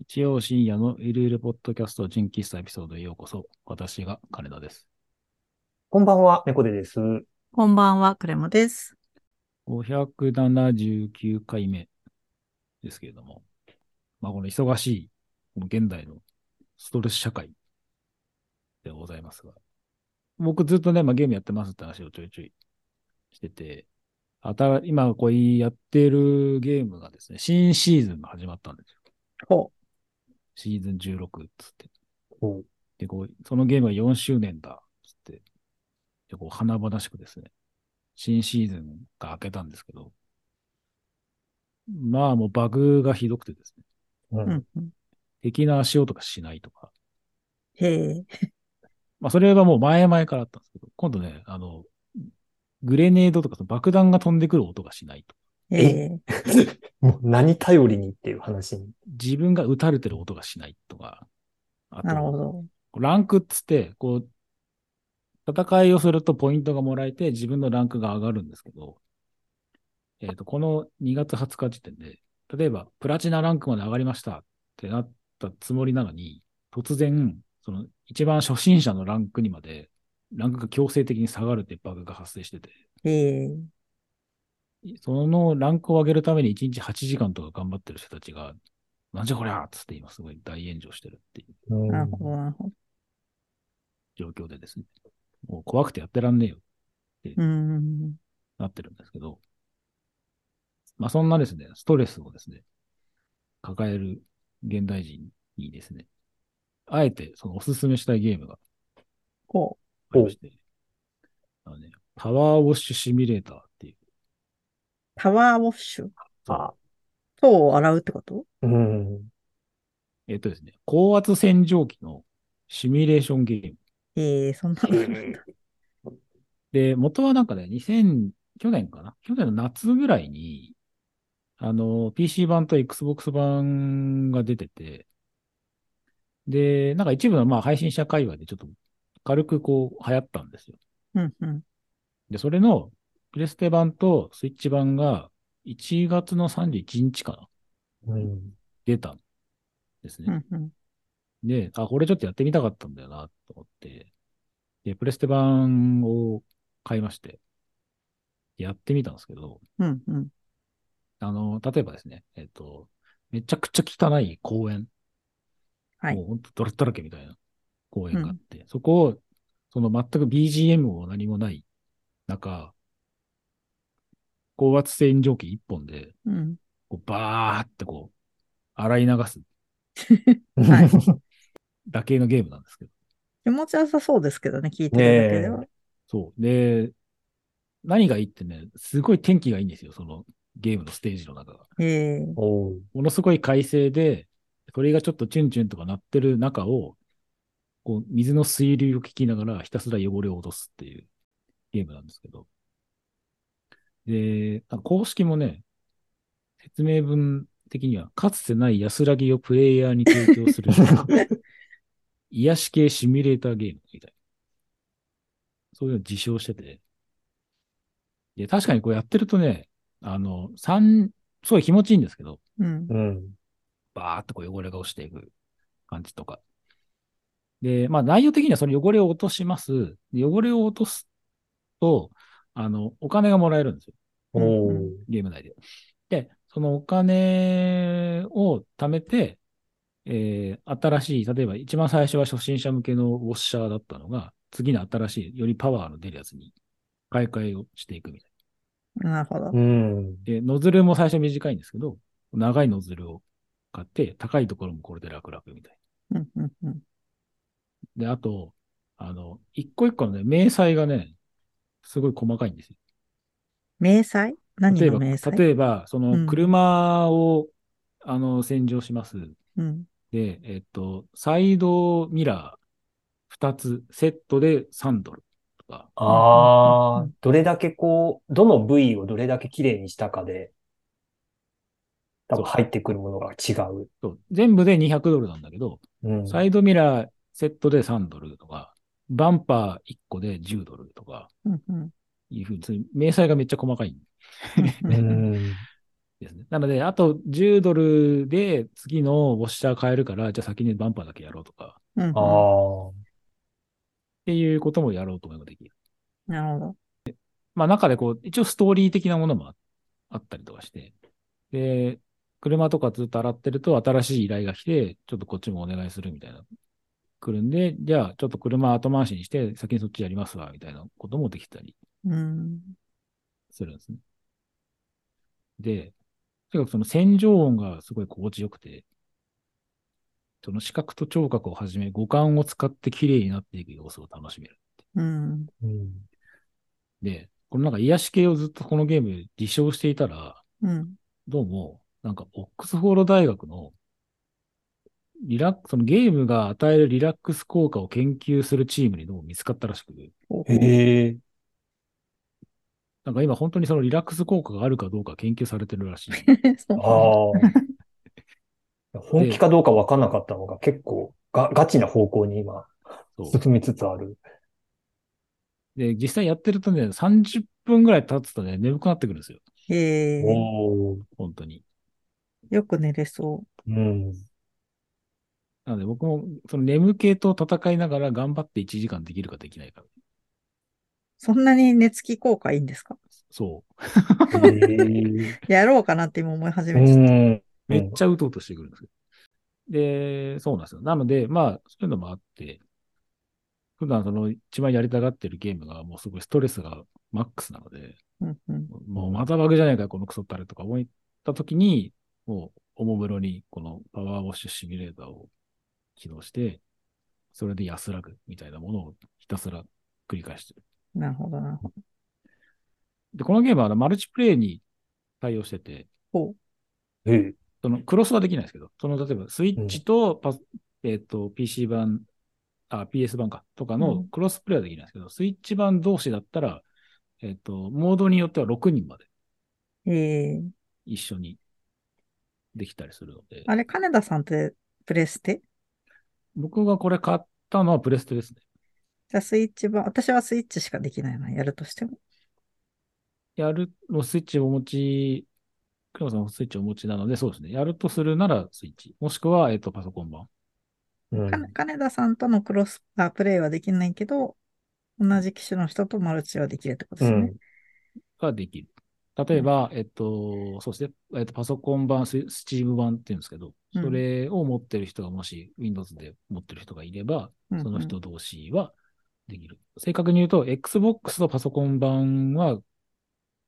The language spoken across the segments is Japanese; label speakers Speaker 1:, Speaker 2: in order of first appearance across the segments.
Speaker 1: 日曜深夜のゆるゆるポッドキャスト純喫茶エピソードへようこそ。私が金田です。
Speaker 2: こんばんは、猫でです。
Speaker 3: こんばんは、クレモです。
Speaker 1: 579回目ですけれども、まあ、この忙しい、この現代のストレス社会でございますが、僕ずっとね、まあ、ゲームやってますって話をちょいちょいしてて、あた今こうやってるゲームがですね、新シーズンが始まったんですよ。
Speaker 2: ほ
Speaker 1: シーズン16っつって。
Speaker 2: う。
Speaker 1: で、こう、そのゲームは4周年だ、つって。で、こう、華々しくですね。新シーズンが明けたんですけど。まあ、もうバグがひどくてですね。
Speaker 2: う。
Speaker 3: うんんうん
Speaker 1: 敵の足音がしないとか。
Speaker 3: へえ。
Speaker 1: まあ、それはもう前々からあったんですけど、今度ね、あの、グレネードとかその爆弾が飛んでくる音がしないと。
Speaker 3: へえ。
Speaker 2: もう何頼りにっていう話に。
Speaker 1: 自分が撃たれてる音がしないとか。あと
Speaker 3: なるほど。
Speaker 1: ランクっつって、こう、戦いをするとポイントがもらえて自分のランクが上がるんですけど、えっ、と、この2月20日時点で、例えばプラチナランクまで上がりましたってなったつもりなのに、突然、その一番初心者のランクにまで、ランクが強制的に下がるっていうバグが発生してて、
Speaker 3: へえ。
Speaker 1: そのランクを上げるために1日8時間とか頑張ってる人たちが、なんじゃこりゃーっつって今すごい大炎上してるっていう。
Speaker 2: うん
Speaker 3: なるほど、なるほど。
Speaker 1: 状況でですね、もう怖くてやってらんねえよ、
Speaker 3: うん。
Speaker 1: なってるんですけど、まあそんなですね、ストレスをですね、抱える現代人にですね、あえてそのおすすめしたいゲームが
Speaker 3: こ
Speaker 1: ありまして、あのね、パワーウォッシュシミュレーターっていう、
Speaker 3: う、パワーウォッシュ。
Speaker 2: あ、
Speaker 3: 塔を洗うってこと
Speaker 2: うん。
Speaker 1: えっとですね、高圧洗浄機のシミュレーションゲーム。
Speaker 3: へえ、そんなのあるんだ。
Speaker 1: で、元はなんかね、2000、去年かな去年の夏ぐらいに、あの、PC 版と Xbox 版が出てて、で、なんか一部のまあ配信者界隈でちょっと軽くこう流行ったんですよ。
Speaker 3: うんうん。
Speaker 1: で、それのプレステ版とスイッチ版が1月の31日かな
Speaker 2: うん。
Speaker 1: 出たんですね。
Speaker 3: うんうん。
Speaker 1: で、あ、これちょっとやってみたかったんだよな、と思って。で、プレステ版を買いまして、やってみたんですけど、
Speaker 3: うんうん。
Speaker 1: あの、例えばですね、えっと、めちゃくちゃ汚い公園。
Speaker 3: はい
Speaker 1: もうほんと泥だらけみたいな公園があって、そこを、その全く BGM も何もない中、高圧洗浄機一本で、
Speaker 3: うん。
Speaker 1: こうバーってこう、洗い流す
Speaker 3: はい
Speaker 1: だけのゲームなんですけど
Speaker 3: 気持ちよさそうですけどね、聞いてるだけでは。
Speaker 1: そう。で、何がいいってね、すごい天気がいいんですよ、そのゲームのステージの中が。
Speaker 3: へえ。
Speaker 2: おう。
Speaker 1: ものすごい快晴で、鳥がちょっとチュンチュンとか鳴ってる中を、こう、水の水流を聞きながらひたすら汚れを落とすっていうゲームなんですけど。で、あ公式もね、説明文的には、かつてない安らぎをプレイヤーに提供 する癒し系シミュレーターゲームみたいな。そういうのを自称してて。で、確かにこうやってるとね、あの、三、すごい気持ちいいんですけど、
Speaker 3: うん。
Speaker 2: うん。
Speaker 1: バーっとこう汚れが落ちていく感じとか。で、まあ内容的にはその汚れを落とします。で汚れを落とすと、あの、お金がもらえるんですよ。
Speaker 2: おう。
Speaker 1: ゲーム内で。で、そのお金を貯めて、えー新しい、例えば一番最初は初心者向けのウォッシャーだったのが、次の新しい、よりパワーの出るやつに買い替えをしていくみたいな。
Speaker 3: なるほど
Speaker 2: う。ん。
Speaker 1: で、ノズルも最初短いんですけど、長いノズルを買って、高いところもこれで楽々みたい
Speaker 3: うんうんうん。
Speaker 1: な。で、あと、あの、一個一個のね、明細がね、すごい細かいんですよ。
Speaker 3: 迷彩何
Speaker 1: 例え
Speaker 3: の
Speaker 1: ば、
Speaker 3: 迷彩
Speaker 1: 例えば、そうの、
Speaker 3: ん
Speaker 1: 車を、あの、洗浄します。
Speaker 3: うん。
Speaker 1: で、えっと、サイドミラー2つ、セットで3ドルとか、
Speaker 2: あ
Speaker 3: う
Speaker 2: あ
Speaker 3: ん、
Speaker 2: どれだけこう、どの部位をどれだけ綺麗にしたかで、多分入ってくるものが違う。
Speaker 1: そう全部で200ドルなんだけど、
Speaker 2: うん。
Speaker 1: サイドミラーセットで3ドルとか、バンパー1個で10ドルとか、
Speaker 3: うんうん。
Speaker 1: いうふうに、そういう明細がめっちゃ細かい。
Speaker 3: うん
Speaker 2: うん。
Speaker 1: ですね。なので、あと10ドルで次のウォッシャー買えるから、じゃあ先にバンパーだけやろうとか、っ
Speaker 3: うんうん
Speaker 2: ああ。
Speaker 1: ていうこともやろうと思えばできる。
Speaker 3: なるほど。
Speaker 1: まあ中でこう、一応ストーリー的なものもああったりとかして、で、車とかずっと洗ってると新しい依頼が来て、ちょっとこっちもお願いするみたいな、来るんで、じゃあちょっと車後回しにして先にそっちやりますわ、みたいなこともできたり
Speaker 3: うん。
Speaker 1: するんですね。で、とにかくその洗浄音がすごい心地よくて、その視覚と聴覚をはじめ五感を使って綺麗になっていく様子を楽しめる。
Speaker 3: うん。
Speaker 2: うん。
Speaker 1: で、このなんか癒し系をずっとこのゲームで履証していたら、
Speaker 3: うん。
Speaker 1: どうも、なんかオックスフォード大学のリラック、そのゲームが与えるリラックス効果を研究するチームにどうも見つかったらしく、
Speaker 3: お
Speaker 2: へえ。
Speaker 1: なんか今本当にそのリラックス効果があるかどうか研究されてるらしい。
Speaker 3: そう
Speaker 2: ああ。本気かどうか分かんなかったのが結構がガチな方向に今
Speaker 1: そう
Speaker 2: 進みつつある。
Speaker 1: で、実際やってるとね、30分ぐらい経つとね、眠くなってくるんですよ。
Speaker 3: へえ。
Speaker 2: おお。
Speaker 1: 本当に。
Speaker 3: よく寝れそ
Speaker 2: うん。
Speaker 1: なので僕も、その眠気と戦いながら頑張って1時間できるかできないか。
Speaker 3: う。そんなに寝つき効果いいんですか
Speaker 1: そう。
Speaker 2: へえ
Speaker 3: やろうかなって今思い始
Speaker 2: う
Speaker 3: めちゃった。
Speaker 2: ん。
Speaker 1: めっちゃうとうとしてくるんですけど。で、そうなんですよ。なので、まあ、そういうのもあって、普段その一番やりたがってるゲームがもうすごいストレスがマックスなので、
Speaker 3: うんうん。
Speaker 1: もうまたバグじゃないか、このクソったれとか思った時に、もうおもむろにこのパワーウォッシュシミュレーターを起動して、それで安らぐみたいなものをひたすら繰り返してる。
Speaker 3: なるほどな。
Speaker 1: で、このゲームはあのマルチプレイに対応してて、
Speaker 3: ほ
Speaker 2: へえ
Speaker 1: そのクロスはできないですけど、その例えばスイッチとパス、えっ、と、PC 版、あ、PS 版か、とか
Speaker 3: う
Speaker 1: の
Speaker 3: ん
Speaker 1: クロスプレイはできないですけど、スイッチ版同士だったら、えっ、と、モードによっては6人まで
Speaker 3: う。へえ。
Speaker 1: 一緒にできたりするので、
Speaker 3: あれ、金田さんってプレステ
Speaker 1: 僕がこれ買ったのはプレステですね。
Speaker 3: じゃあスイッチ版、私はスイッチしかできないな、やるとしても。
Speaker 1: やるのスイッチをお持ち、クロさんもスイッチをお持ちなので、そうですね。やるとするならスイッチ。もしくは、えっ、と、パソコン版。
Speaker 2: うん
Speaker 3: か金田さんとのクロスあプレイはできないけど、同じ機種の人とマルチはできるってこと
Speaker 2: う
Speaker 3: ですよね
Speaker 2: ん。。
Speaker 1: ができる。例えば、えっと、そうですね、えっと、パソコン版、ススチーム版っていうんですけど、
Speaker 3: うん
Speaker 1: それを持ってる人がもし Windows で持ってる人がいれば、
Speaker 3: うんうん
Speaker 1: その人同士はできる。正確に言うと、Xbox とパソコン版は、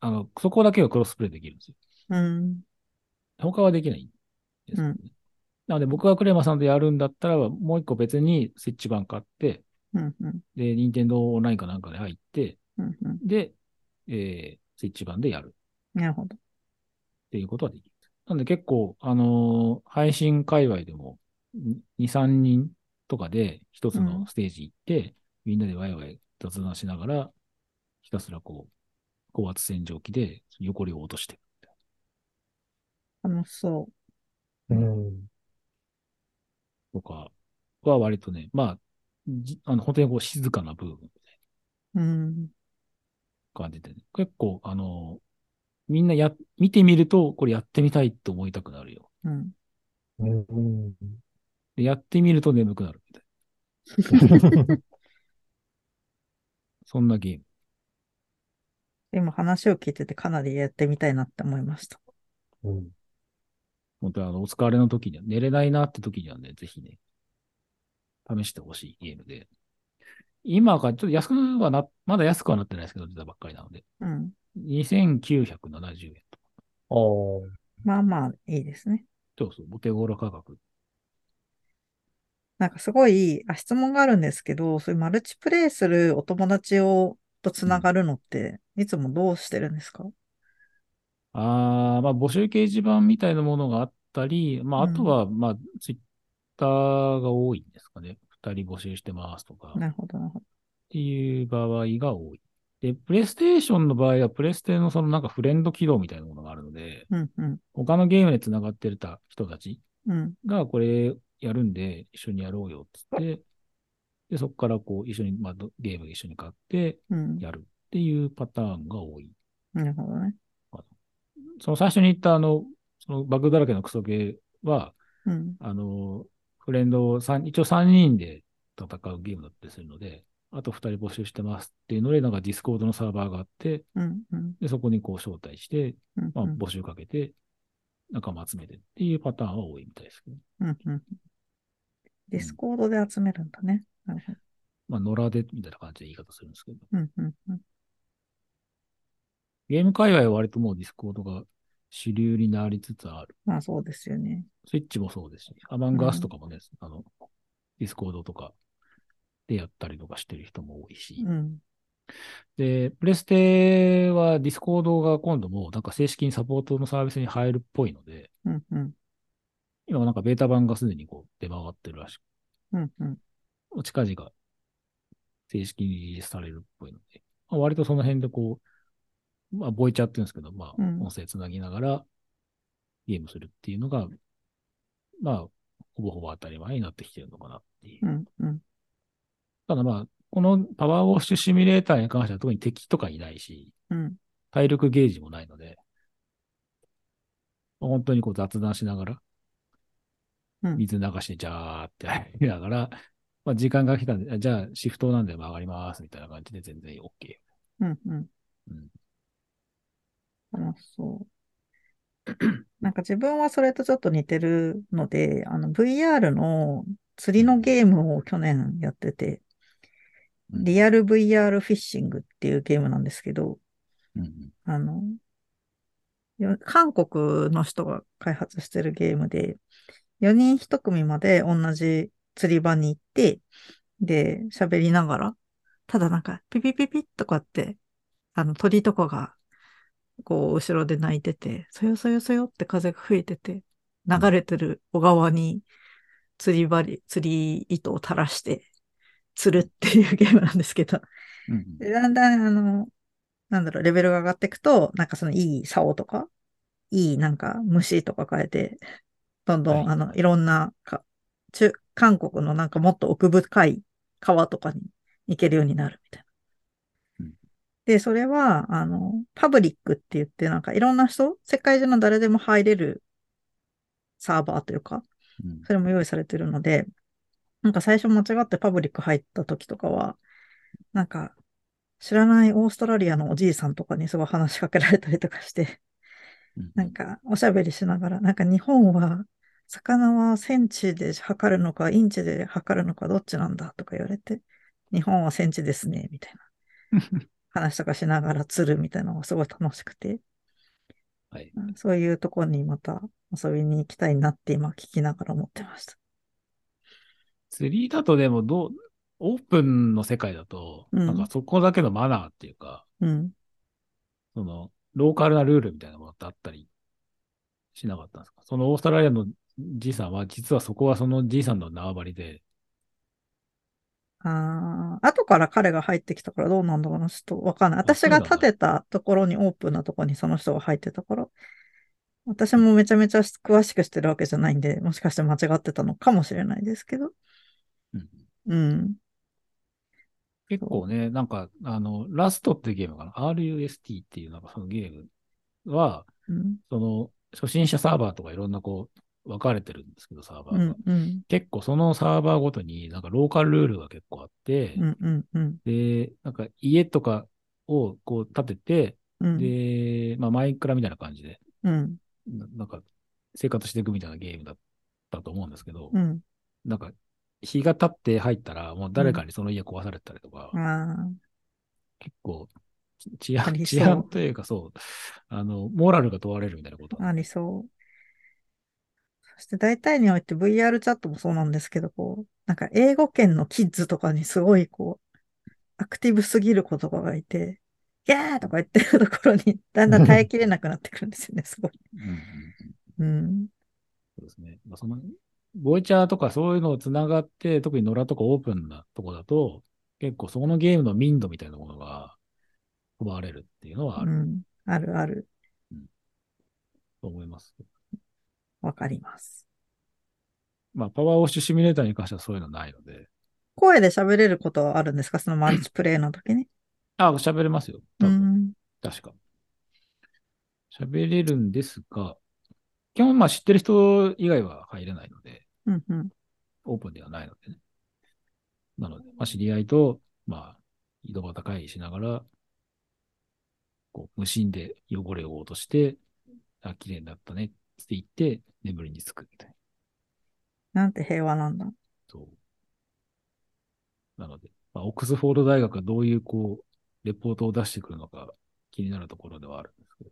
Speaker 1: あの、そこだけはクロスプレイできるんですよ。
Speaker 3: うん。
Speaker 1: 他はできないんですよね。
Speaker 3: うん
Speaker 1: なので、僕がクレマさんとやるんだったら、もう一個別にスイッチ版買って、
Speaker 3: うん。うん。
Speaker 1: で、任天堂オンラインかなんかで入って、
Speaker 3: うん。うん。
Speaker 1: で、えー、スイッチ版でやる。
Speaker 3: なるほど。
Speaker 1: っていうことはできる。なんで結構、あのー配信界隈でも、2、3人とかで一つ
Speaker 3: うん
Speaker 1: のステージ行って、みんなでワイワイ雑談しながら、ひたすらこう、高圧洗浄機で汚れを落としていくみたい
Speaker 3: 楽しそう。
Speaker 2: う
Speaker 1: な
Speaker 2: ん。
Speaker 1: とかは割とね、まあ、じあの本当にこう静かな部分みたい
Speaker 3: うん。
Speaker 1: な感じでね、結構、あのーみんなや、見てみると、これやってみたいって思いたくなるよ。
Speaker 3: うん。
Speaker 2: うん。
Speaker 1: でやってみると眠くなるみたいな。そんなゲーム。
Speaker 3: 今話を聞いててかなりやってみたいなって思いました。
Speaker 2: うん
Speaker 1: 本当にあの、お疲れの時には、寝れないなって時にはね、ぜひね、試してほしいゲームで。今がちょっと安くはな、まだ安くはなってないですけど、出たばっかりなので。
Speaker 3: うん。
Speaker 1: 2970円と。
Speaker 2: ああ。
Speaker 3: まあまあ、いいですね。
Speaker 1: そうそう、お手頃価格。
Speaker 3: なんかすごい、あ、質問があるんですけど、そういうマルチプレイするお友達を、とつながるのって、いつもどうしてるんですか
Speaker 1: あー、まあ、募集掲示板みたいなものがあったり、まあ、
Speaker 3: う
Speaker 1: あ
Speaker 3: ん
Speaker 1: とは、まあ、ツイッターが多いんですかね。二人募集してますとか。
Speaker 3: なるほど、なるほ
Speaker 1: っ
Speaker 3: ど。
Speaker 1: ていう場合が多い。で、プレイステーションの場合は、プレステのそのなんかフレンド起動みたいなものがあるので、
Speaker 3: うん、うん、
Speaker 1: 他のゲームで繋がってた人たち
Speaker 3: うん。
Speaker 1: がこれやるんで一緒にやろうよっつって、で、そこからこう一緒に、まあ、どゲーム一緒に買って
Speaker 3: うん。
Speaker 1: やるっていうパターンが多い。
Speaker 3: なるほどね。
Speaker 1: その最初に言ったあの、そのバグだらけのクソゲーは、
Speaker 3: うん。
Speaker 1: あの、フレンドを三一応3人で戦うゲームだったりするので、あと2人募集してますっていうので、なんかディスコードのサーバーがあって、
Speaker 3: うん。うん。
Speaker 1: で、そこにこう招待して、
Speaker 3: うん。
Speaker 1: まあ、募集かけて、仲間集めてっていうパターンは多いみたいですけど、
Speaker 3: うん。うん。ディスコードで集めるんだね。なるほど。
Speaker 1: まあ、野良でみたいな感じで言い方するんですけど、
Speaker 3: うん。うん。うん。
Speaker 1: ゲーム界隈は割ともうディスコードが主流になりつつある。
Speaker 3: まあそうですよね。
Speaker 1: スイッチもそうですし、アマンガスとかもね、あの、ディスコードとかでやったりとかしてる人も多いし、
Speaker 3: うん。
Speaker 1: で、プレステはディスコードが今度もうなんか正式にサポートのサービスに入るっぽいので、
Speaker 3: うん。うん。
Speaker 1: 今なんかベータ版がすでにこう出回ってるらし
Speaker 3: うん。うん。
Speaker 1: く、近々正式にリリースされるっぽいので、まあ、割とその辺でこう、まあ、ボイチャって言うんですけど、まあ、
Speaker 3: うん
Speaker 1: 音声つなぎながらゲームするっていうのが、まあ、ほぼほぼ当たり前になってきてるのかなっていう。
Speaker 3: うん。うん。
Speaker 1: ただまあ、このパワーウォッシュシミュレーターに関しては特に敵とかいないし、
Speaker 3: うん。
Speaker 1: 体力ゲージもないので、本当にこう雑談しながら、
Speaker 3: うん
Speaker 1: 水流してジャーってやりながら、 まあ時間が来たんで、あじゃあシフトなんで上がりますみたいな感じで全然 OK。
Speaker 3: うんうん
Speaker 1: うん。
Speaker 3: 楽しそう。 なんか自分はそれとちょっと似てるので、あの VR の釣りのゲームを去年やってて、
Speaker 1: うん
Speaker 3: リアル VR フィッシングっていうゲームなんですけど、
Speaker 1: うんうん
Speaker 3: あの、よ韓国の人が開発してるゲームで、4人1組まで同じ釣り場に行って、で、喋りながら、ただなんか、ピピピピッとかって、あの、鳥とかが、こう、後ろで鳴いてて、そよそよそよって風が吹いてて、流れてる小川に釣り針、釣り糸を垂らして、釣るっていうゲームなんですけど、
Speaker 1: うんうん
Speaker 3: でだんだん、あの、なんだろう、レベルが上がっていくと、なんかそのいい竿とか、いいなんか虫とか変えて、どんどん、
Speaker 1: はい
Speaker 3: あの、いろんなか、中、韓国のなんかもっと奥深い川とかに行けるようになるみたいな。
Speaker 1: うん
Speaker 3: で、それは、あの、パブリックって言って、なんかいろんな人、世界中の誰でも入れるサーバーというか、
Speaker 1: うん
Speaker 3: それも用意されてるので、なんか最初間違ってパブリック入った時とかは、なんか、知らないオーストラリアのおじいさんとかにすごい話しかけられたりとかして、
Speaker 1: うん
Speaker 3: なんかおしゃべりしながら、なんか日本は、魚はセンチで測るのか、インチで測るのか、どっちなんだとか言われて、日本はセンチですね、みたいな話とかしながら釣るみたいなのがすごい楽しくて、
Speaker 1: はい。
Speaker 3: うんそういうところにまた遊びに行きたいなって今聞きながら思ってました。
Speaker 1: 釣りだとでもどう、オープンの世界だと、
Speaker 3: うん
Speaker 1: なんかそこだけのマナーっていうか、
Speaker 3: うん。
Speaker 1: その、ローカルなルールみたいなものってあったりしなかったんですかそのオーストラリアのじいさんは、実はそこはそのじいさんの縄張りで、
Speaker 3: ああ、後から彼が入ってきたからどうなんだろうな、ちょっとわかんない。
Speaker 1: あそ
Speaker 3: 私
Speaker 1: うな
Speaker 3: が
Speaker 1: んだ
Speaker 3: 建てたところにオープンなところにその人が入ってたから、私もめちゃめちゃ詳しくしてるわけじゃないんで、もしかして間違ってたのかもしれないですけど。
Speaker 1: うん
Speaker 3: うん。
Speaker 1: 結構ね、なんか、あの、ラストっていうゲームかな ?RUST っていうなんかそのゲームは、
Speaker 3: うん。
Speaker 1: その、初心者サーバーとかいろんなこう、分かれてるんですけど、サーバー
Speaker 3: う
Speaker 1: が。
Speaker 3: ん。うん。
Speaker 1: 結構そのサーバーごとになんかローカルルールが結構あって、
Speaker 3: うん。うん。うん。
Speaker 1: で、なんか家とかをこう建て
Speaker 3: う
Speaker 1: て、
Speaker 3: ん。
Speaker 1: で、まあマイクラみたいな感じで、
Speaker 3: うん。
Speaker 1: ななんか生活していくみたいなゲームだったと思うんですけど、
Speaker 3: うん。
Speaker 1: なんか日が経って入ったら、もう誰かにその家壊されたりとか、
Speaker 3: あ
Speaker 1: 結構、ち治
Speaker 3: あ
Speaker 1: 安、
Speaker 3: りそう
Speaker 1: 治安というかそう、あの、モラルが問われるみたいなこと
Speaker 3: あ、ありそう。そして大体において VR チャットもそうなんですけど、こう、なんか英語圏のキッズとかにすごいこう、アクティブすぎる子とかがいて、ギャーとか言ってるところ に、だんだん耐えきれなくなってくるんですよね、すごい。
Speaker 1: うんうんうん
Speaker 3: う
Speaker 1: そ
Speaker 3: ん。
Speaker 1: うですね。まあ、その、ボイチャーとかそういうのをつながって、特に野良とかオープンなとこだと、結構そこのゲームの民度みたいなものが奪われるっていうのはあ
Speaker 3: う
Speaker 1: る
Speaker 3: ん。あるある。
Speaker 1: と思います。
Speaker 3: わかります。
Speaker 1: まあ、パワーウォッシュシミュレーターに関してはそういうのないので、
Speaker 3: 声で喋れることはあるんですかそのマルチプレイの時に。
Speaker 1: あ、喋れますよ。多
Speaker 3: う
Speaker 1: 分
Speaker 3: ん。
Speaker 1: 確か。喋れるんですが、基本まあ知ってる人以外は入れないので、
Speaker 3: うんうん。
Speaker 1: オープンではないのでね。なので、まあ、知り合いと、まあ、井戸端会議しながら、こう、無心で汚れを落として、あ、綺麗になったねって言って、眠りにつくみたいな。
Speaker 3: なんて平和なんだ。
Speaker 1: そう。なので、まあ、オックスフォード大学がどういう、こう、レポートを出してくるのか気になるところではあるんですけど、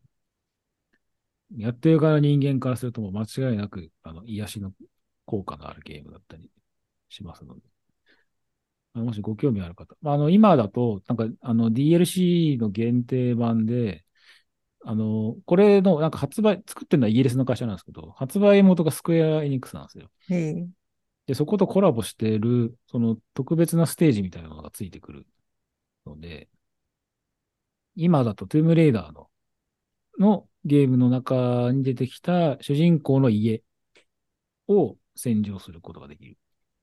Speaker 1: やってるから人間からするともう間違いなく、あの、癒しの効果のあるゲームだったりしますので、あのもしご興味ある方、まあ、あの、今だと、なんか、あの、DLC の限定版で、あの、これの、なんか発売、作ってるのはイギリスの会社なんですけど、発売元がスクエアエニックスなんですよ。
Speaker 3: へえ。
Speaker 1: で、そことコラボしてる、その特別なステージみたいなのがついてくるので、今だとトゥームレイダーの、のゲームの中に出てきた主人公の家を洗浄することができる。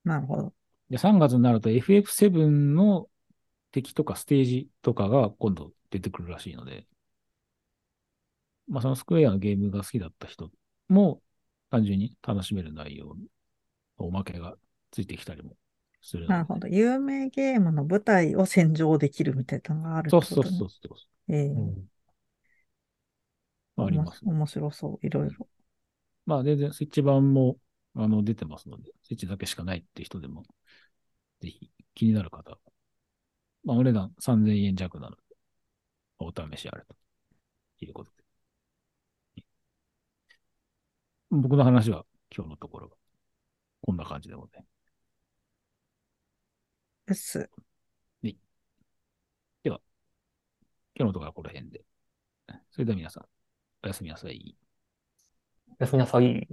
Speaker 3: なるほど。
Speaker 1: で、3月になると FF7 の敵とかステージとかが今度出てくるらしいので、まあそのスクエアのゲームが好きだった人も単純に楽しめる内容のおまけがついてきたりもするので
Speaker 3: なるほど。有名ゲームの舞台を洗浄できるみたいなのがあるって
Speaker 1: そ
Speaker 3: こ
Speaker 1: う
Speaker 3: と
Speaker 1: そうそううそう。
Speaker 3: そう。ええ
Speaker 2: うん
Speaker 1: まあ、あります。
Speaker 3: 面白そう。いろいろ。
Speaker 1: まあ全然スイッチ版もあの出てますので、スイッチだけしかないって人でも、ぜひ気になる方は、まあお値段3000円弱なので、お試しあれということで。僕の話は今日のところは、こんな感じでございます。
Speaker 3: です。
Speaker 1: 今日のところはこの辺で。それでは皆さん、おやすみなさい。
Speaker 2: おやすみなさい。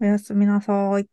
Speaker 3: おやすみなさい。